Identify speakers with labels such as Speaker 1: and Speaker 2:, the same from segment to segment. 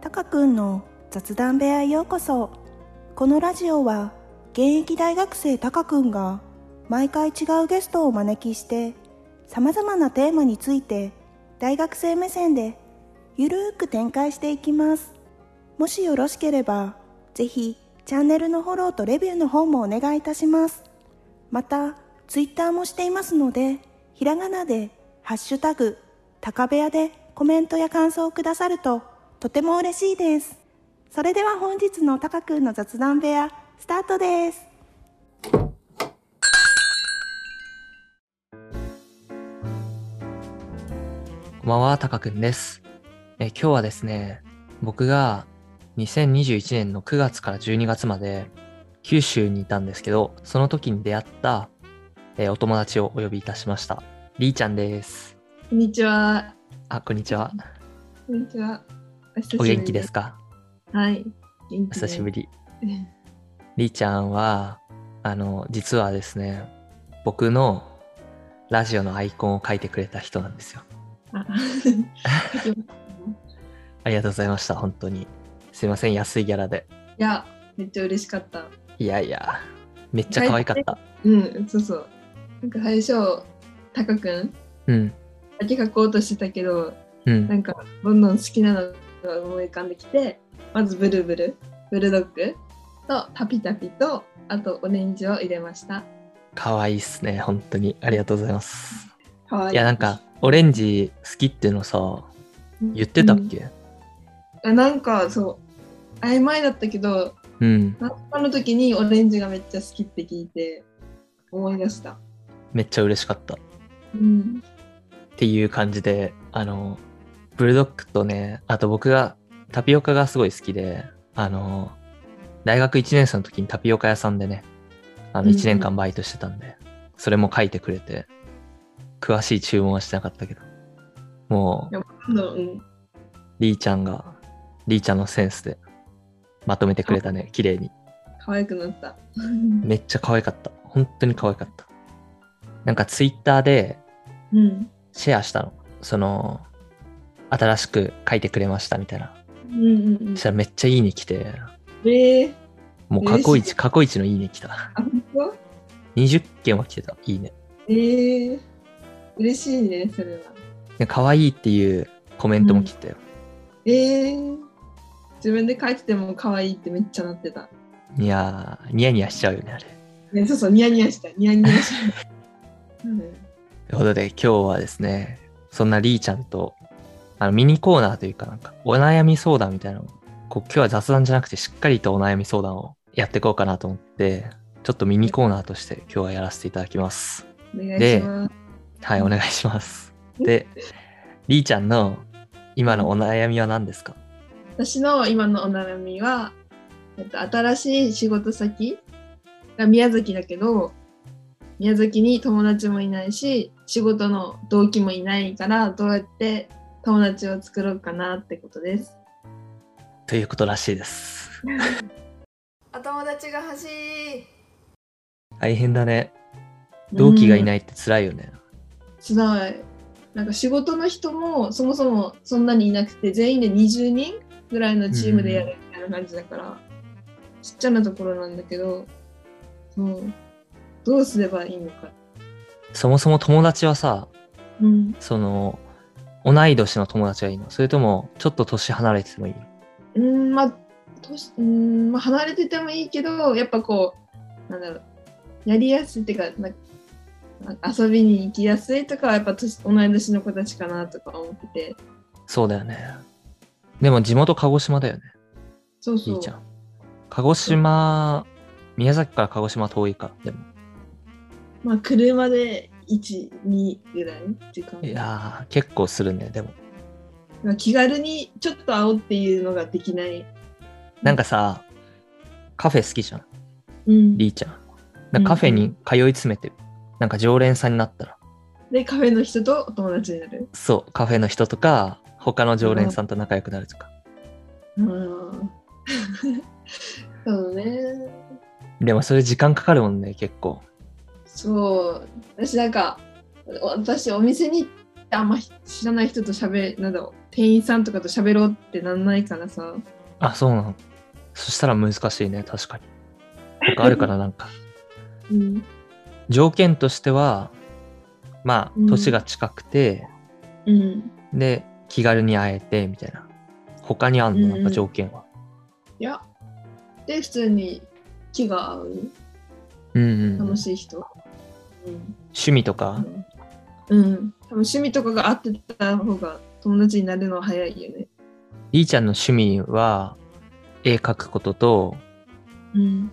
Speaker 1: たかくんの雑談部屋へようこそこのラジオは現役大学生たかくんが毎回違うゲストをお招きしてさまざまなテーマについて大学生目線でゆるーく展開していきますもしよろしければぜひチャンネルのフォローとレビューの方もお願いいたしますまたツイッターもしていますのでひらがなで「ハッシュタグ高部屋」でコメントや感想をくださるととても嬉しいですそれでは本日のたかくんの雑談部屋スタートです
Speaker 2: こんばんは、たかくんです。えー今日はですね、僕が2021年の9月から12月まで九州にいたんですけど、その時に出会った、えーお友達をお呼びいたしました。りーちゃんです。
Speaker 3: こんにちは。
Speaker 2: あ、こんにちは。
Speaker 3: こんにちは。お久し
Speaker 2: お
Speaker 3: ぶり
Speaker 2: 元気ですか
Speaker 3: はい。元
Speaker 2: お
Speaker 3: 気
Speaker 2: 久しぶ
Speaker 3: り。
Speaker 2: り。りーちゃんは、あの、実はですね、僕のラジオのアイコンを書いてくれた人なんですよ。
Speaker 3: あ
Speaker 2: ありがとうございました、本当に。すいません、安いギャラで。
Speaker 3: いや、めっちゃ嬉しかった。
Speaker 2: いやいや、めっちゃ可愛かった。
Speaker 3: うん、そうそう。なんか最初、タカくん
Speaker 2: うん、
Speaker 3: だけ書こうとしてたけど、
Speaker 2: うん。
Speaker 3: なんかどんどん好きなのが思い浮かんできて、まずブルブル、ブルドッグとタピタピと、あとオレンジを入れました。
Speaker 2: 可愛いっすね本当にありがとうございます
Speaker 3: かわいい。
Speaker 2: いやなんかオレンジ好きっていうのさ言ってたっけ
Speaker 3: うんあなんかそう、曖昧だったけど、
Speaker 2: うん、
Speaker 3: 夏場の時にオレンジがめっちゃ好きって聞いて思い出した。
Speaker 2: めっちゃ嬉しかったっ
Speaker 3: うん。
Speaker 2: ていう感じであのブルドックとねあと僕がタピオカがすごい好きであの大学1年生の時にタピオカ屋さんでねあの
Speaker 3: うんうん
Speaker 2: 1年間バイトしてたんで、それも書いてくれて詳しい注文はしてなかったけどもう
Speaker 3: うん、
Speaker 2: りーちゃんがりーちゃんのセンスでまとめてくれたね綺麗に
Speaker 3: 可愛くなった。
Speaker 2: めっちゃ可愛かった。本当に可愛かった。なんかツイッターで
Speaker 3: うん。
Speaker 2: シェアしたの。その、新しく書いてくれましたみたいな。
Speaker 3: うんうんうん
Speaker 2: そしたらめっちゃいいね来て、
Speaker 3: えー、
Speaker 2: もう過去
Speaker 3: 嬉し
Speaker 2: 一、過去一のいいね来た。
Speaker 3: あ、本当
Speaker 2: 20件は来てた。いいね。
Speaker 3: えー、嬉しいね、それは。
Speaker 2: で可愛いっていうコメントも来てたよ。
Speaker 3: えー、自分で書いてても可愛いってめっちゃなってた。
Speaker 2: いやー、ニヤニヤしちゃうよね、あれ。
Speaker 3: ね、そうそう、ニヤニヤした。ニヤニヤした。 うん
Speaker 2: ということで、今日はですね、そんなりーちゃんと、あのミニコーナーというか、なんか、お悩み相談みたいなのをこう今日は雑談じゃなくて、しっかりとお悩み相談をやっていこうかなと思って、ちょっとミニコーナーとして今日はやらせていただきます。
Speaker 3: お願いします。
Speaker 2: はい、お願いします。で、りーちゃんの今のお悩みは何ですか
Speaker 3: 私の今のお悩みは、えっと、新しい仕事先が宮崎だけど宮崎に友達もいないし仕事の動機もいないからどうやって友達を作ろうかなってこと です。
Speaker 2: ということらしいです。
Speaker 3: お友達が欲しい
Speaker 2: 大変だね。同期がい
Speaker 3: い。
Speaker 2: ないって辛いよね。
Speaker 3: つらい。なんか仕事の人もそもそもそんなにいなくて全員で20人ぐらいのチームでやるみたいな感じだから、ちっちゃなところなんだけどそうどうすればいいのか。
Speaker 2: そもそも友達はさ、
Speaker 3: うん
Speaker 2: その、同い年の友達がいいのそれとも、ちょっと年離れててもいいの
Speaker 3: うーんまあ年うーんまあ離れててもいいけどやっぱこうなんだろうやりやすいっていうかなんかなんか遊びに行きやすいとかはやっぱ年同い年の子たちかなとか思ってて
Speaker 2: そうだよね。でも地元鹿児島だよね、
Speaker 3: そうそう
Speaker 2: りーちゃん。鹿児島、宮崎から鹿児島遠いか、でも。
Speaker 3: まあ車で12ぐらい時間
Speaker 2: いやー、結構するね、でも。
Speaker 3: まあ気軽にちょっと会おうっていうのができない、
Speaker 2: なんかさ、カフェ好きじゃん、
Speaker 3: うん、
Speaker 2: りーちゃん。なんかカフェに通い詰めてる。なんか常連さんになったら。
Speaker 3: でカフェの人とお友達になる
Speaker 2: そう、カフェの人とか、他の常連さんと仲良くなるとか。
Speaker 3: うん そうね
Speaker 2: でもそれ時間かかるもんね、結構。
Speaker 3: そう私なんかお私お店にあんま知らない人と喋なんだろう店員さんとかと喋ろうってなんないからさ
Speaker 2: あ、そうなの。そしたら難しいね、確かに。なんかあるからなんか。
Speaker 3: うん
Speaker 2: 条件としては、ま
Speaker 3: うん
Speaker 2: あ、年が近くて、
Speaker 3: うん
Speaker 2: で、気軽に会えて、みたいな。他にあんの、なん
Speaker 3: うんう
Speaker 2: か
Speaker 3: ん
Speaker 2: 条件は。
Speaker 3: いやで普通に気が合う
Speaker 2: うんうん。
Speaker 3: 楽
Speaker 2: 趣
Speaker 3: しい人うん
Speaker 2: 味とか、
Speaker 3: うん多分趣味とかが合ってた方が友達になるのは早いよね
Speaker 2: りーちゃんの趣味は、絵描くことと、
Speaker 3: うん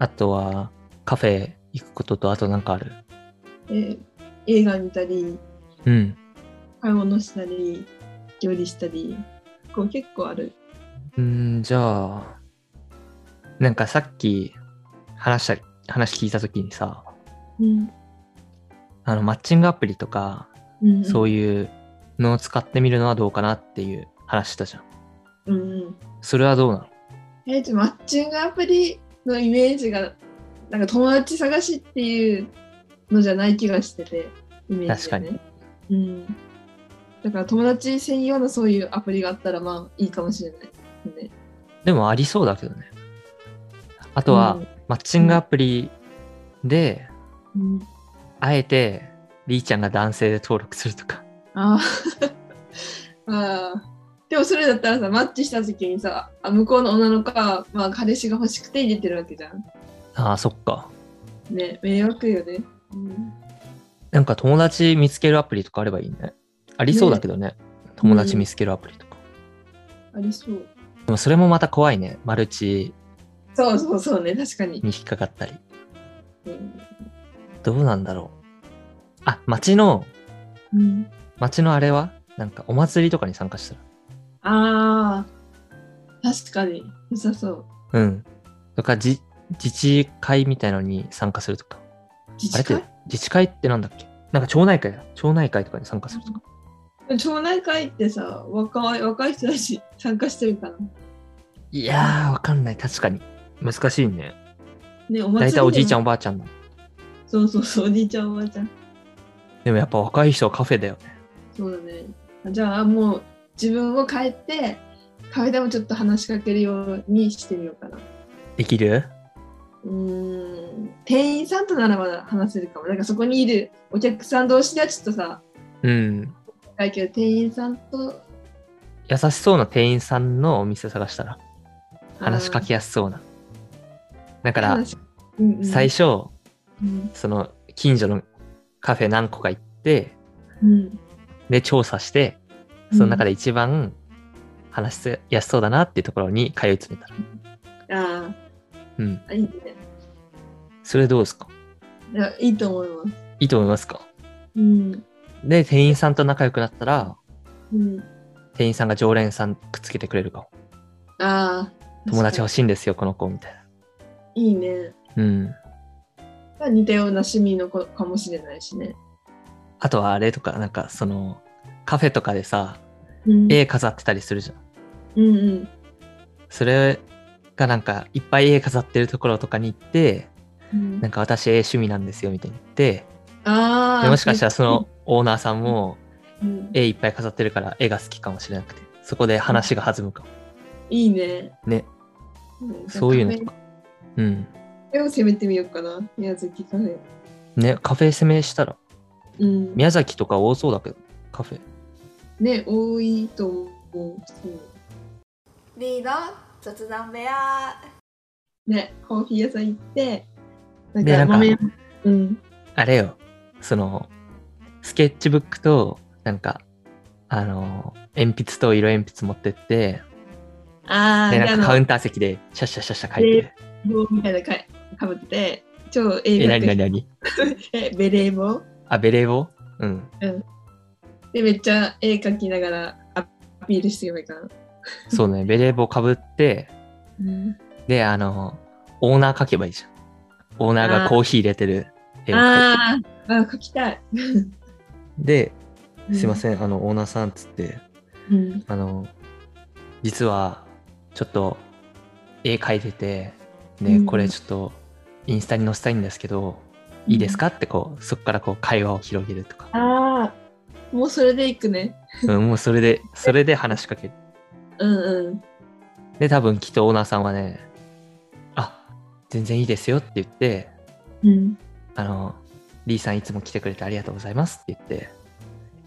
Speaker 2: あとは、カフェ行くことと、あとなんかある。
Speaker 3: で映画見たり
Speaker 2: うん。
Speaker 3: 買い物したり料理したりこう結構ある
Speaker 2: うん、じゃあ、なんかさっき話した、話聞いたときにさ、
Speaker 3: うん
Speaker 2: あの、マッチングアプリとか、
Speaker 3: うん
Speaker 2: そう
Speaker 3: い
Speaker 2: いうのを使ってみるのはどうかなっていう話したじゃん。
Speaker 3: うんうん
Speaker 2: それはどうなの
Speaker 3: えー、ちょマッチングアプリのイメージがなんか友達探しっていうのじゃない気がしててイメージ、ね、
Speaker 2: 確か
Speaker 3: に、うん、だから友達専用のそういうアプリがあったらまあいいかもしれないですね
Speaker 2: でもありそうだけどね。あ
Speaker 3: あ
Speaker 2: とは、マッチングアプリで、
Speaker 3: うんうん
Speaker 2: あえて、りーちゃんが男性で登録するとか。
Speaker 3: あー あーでもそれだったらさマッチした時にさあ向こうの女の子は、まあ、彼氏が欲しくて入れてるわけじゃん
Speaker 2: ああ、そっか。
Speaker 3: ね迷惑よね、うん、
Speaker 2: なんか友達見つけるアプリとかあればいいね。ありそうだけどね。友達見つけるアプリとか。
Speaker 3: ありそう
Speaker 2: でもそれもまた怖いね。マルチ
Speaker 3: そうそうそうね確かに、
Speaker 2: に引っかかったり。
Speaker 3: うん
Speaker 2: どうなんだろう。あ、街の、
Speaker 3: うん
Speaker 2: 街のあれはなんかお祭りとかに参加したら。
Speaker 3: ああ、確かに、良さそう。
Speaker 2: うん。とか、じ自治会みたいのに参加するとか。
Speaker 3: 自
Speaker 2: あれ
Speaker 3: 治
Speaker 2: って
Speaker 3: 会、
Speaker 2: 自治会ってなんだっけなんか町内会だ。町内会とかに参加するとか。
Speaker 3: 町内会ってさ、若い若い人たち参加してるかな。
Speaker 2: いやー、わかんない。確かに。難しいね。
Speaker 3: ね、お祭りでも
Speaker 2: だいたいおじいちゃん、おばあちゃんだ。
Speaker 3: そうそうそう、おじいちゃん、おばあちゃん。
Speaker 2: でもやっぱ若い人はカフェだよね。
Speaker 3: そうだね。あじゃあ、もう自分を変えて、カフェでもちょっと話しかけるようにしてみようかな。
Speaker 2: できる
Speaker 3: うーん、店員さんとならまだ話せるかも。なんかそこにいるお客さん同士ではちょっとさ、
Speaker 2: うん。
Speaker 3: だけど店員さんと
Speaker 2: 優しそうな店員さんのお店探したら。話しかけやすそうな。だか、
Speaker 3: から
Speaker 2: 最
Speaker 3: 初、
Speaker 2: 初、
Speaker 3: うん
Speaker 2: その近所のカフェ何個か行って、
Speaker 3: うん、
Speaker 2: で、調査して、その中で一番話しやすそうだなっていうところに通い詰めたら。
Speaker 3: あ
Speaker 2: うん。
Speaker 3: あ、いいね。
Speaker 2: それどうですか
Speaker 3: いや、いいと思います。
Speaker 2: いいと思いますか
Speaker 3: うん。
Speaker 2: で、店員さんと仲良くなったら、
Speaker 3: うん。
Speaker 2: 店員さんが常連さんくっつけてくれるかも。
Speaker 3: ああ。
Speaker 2: 友達欲
Speaker 3: し
Speaker 2: しいんですよ、この子、みたいな。
Speaker 3: い。いいね。
Speaker 2: うん。
Speaker 3: まあ似たような趣味の子かもしれないしね。
Speaker 2: あとはあれとか、なんかその、カフェとかでさ、
Speaker 3: うん
Speaker 2: 絵飾ってたりするじゃん。
Speaker 3: うんうん。
Speaker 2: それがなんか、いっぱい絵飾ってるところとかに行って、
Speaker 3: うん
Speaker 2: なんか私絵趣味なんですよ、みたいに言って、
Speaker 3: あ
Speaker 2: で
Speaker 3: あ。
Speaker 2: もしかしたらそのオーナーさんも
Speaker 3: うん。
Speaker 2: 絵いっぱい飾ってるから絵が好きかもしれなくて、そこで話が弾むかも。
Speaker 3: いいね。
Speaker 2: ね、
Speaker 3: ん
Speaker 2: そういうの
Speaker 3: じ
Speaker 2: と
Speaker 3: ゃあ
Speaker 2: か。うん。
Speaker 3: カフェを攻めてみようかな。宮崎カフェ。
Speaker 2: ね、カフェ攻めしたら、
Speaker 3: うん。
Speaker 2: 宮崎とか多そうだけど、カフェ。
Speaker 3: ね、多いと思う。普通に
Speaker 1: リーの雑談部屋
Speaker 3: ね、コーヒー屋さん行って、な
Speaker 2: ねなんか
Speaker 3: 豆うん。
Speaker 2: あれよ、その、スケッチブックと、なんか、あの、鉛筆と色鉛筆持ってって、
Speaker 3: ああ、
Speaker 2: で、なんかカウ
Speaker 3: ウン
Speaker 2: ンター席でシャッシャッシャッシャ書いて、
Speaker 3: みたいなかかぶってて、超英
Speaker 2: え、なにな
Speaker 3: 語
Speaker 2: になに
Speaker 3: え、ベレー帽
Speaker 2: あ、ベレー帽うん。
Speaker 3: で、めっちゃ絵描きながらアアピールしてればいいかな。
Speaker 2: そう ね、ベレー帽かぶって、で、あの、オーナー書けばいいじゃん。オーナーがコーヒー入れてる絵を描いて
Speaker 3: あーあ、描きたい。
Speaker 2: で、すいま
Speaker 3: ん。
Speaker 2: せん、あの、オーナーさんっつって、
Speaker 3: うん、
Speaker 2: あの、実は、ちょっと、絵描いてて、で、
Speaker 3: うん
Speaker 2: これちょっと、インスタに載せたいんですけど、いいですかってこう、そこからこう、会話を広げるとか。
Speaker 3: ああ、もうそれで行くね。
Speaker 2: うん、もうそれで、それで話しかける。
Speaker 3: うんうん。
Speaker 2: で、多分きっとオーナーさんはね、あ、全然いいですよって言って、
Speaker 3: うん、
Speaker 2: あの、リーさんいつも来てくれてありがとうございますって言って、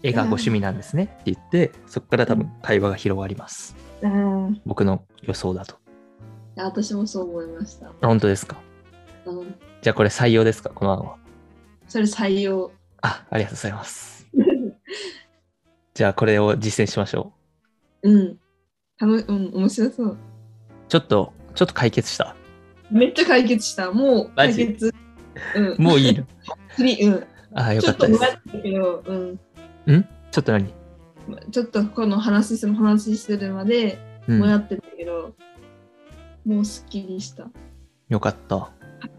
Speaker 2: 絵がご趣味なんですねって言って、そこから多分会話が広がります。
Speaker 3: あー
Speaker 2: 僕の予想だと。
Speaker 3: あ、私もそう思いました。
Speaker 2: あ本当ですか
Speaker 3: うん、
Speaker 2: じゃあこれ採用ですかこの案は。
Speaker 3: それ採 用。
Speaker 2: あ、ありがとうございます。じゃあこれを実践しましょ
Speaker 3: うん。楽うん、面白そう。
Speaker 2: う。ちょっと、ちょっと解決した。
Speaker 3: めっちゃ解決した。もう
Speaker 2: マ
Speaker 3: 解
Speaker 2: ジ
Speaker 3: 決。うん。
Speaker 2: もういいの
Speaker 3: 次、うん。
Speaker 2: ああ、よ
Speaker 3: ちょ
Speaker 2: か
Speaker 3: っ
Speaker 2: った
Speaker 3: と
Speaker 2: で
Speaker 3: 前
Speaker 2: す。
Speaker 3: だけど、うん。
Speaker 2: ちょっと何
Speaker 3: ちょっとこの話する話するまで、
Speaker 2: う
Speaker 3: もや
Speaker 2: ん、
Speaker 3: ってたけど、もうすっきりした。
Speaker 2: よかった。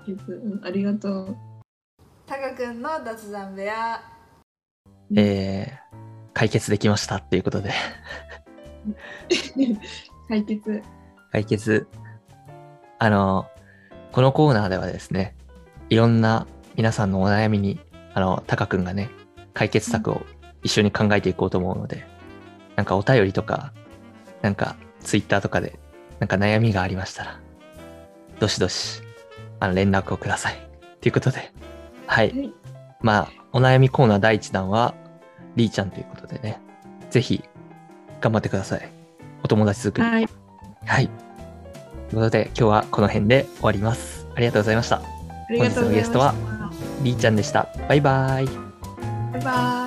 Speaker 3: 解決。うん、ありがとう。
Speaker 4: タカ君の雑談部屋
Speaker 2: えー、解決できましたっていうことで
Speaker 3: 解決。
Speaker 2: 解決あのこのコーナーではですねいろんな皆さんのお悩みにあのタカ君がね解決策を一緒に考えていこうと思うのでなんかお便りとかなんかツイッターとかでなんか悩みがありましたらどしどしあの連絡をくださいということではい、
Speaker 3: はい
Speaker 2: まあお悩みコーナー第1弾はりーちゃんということでねぜひ頑張ってくださいお友達作り
Speaker 3: はい。
Speaker 2: はい。ということで、今日はこの辺で終わります。ありがとうございました。
Speaker 3: ありがとうございました。
Speaker 2: 本日のゲストりーちゃんでした。バイバイ。
Speaker 3: バイバイ。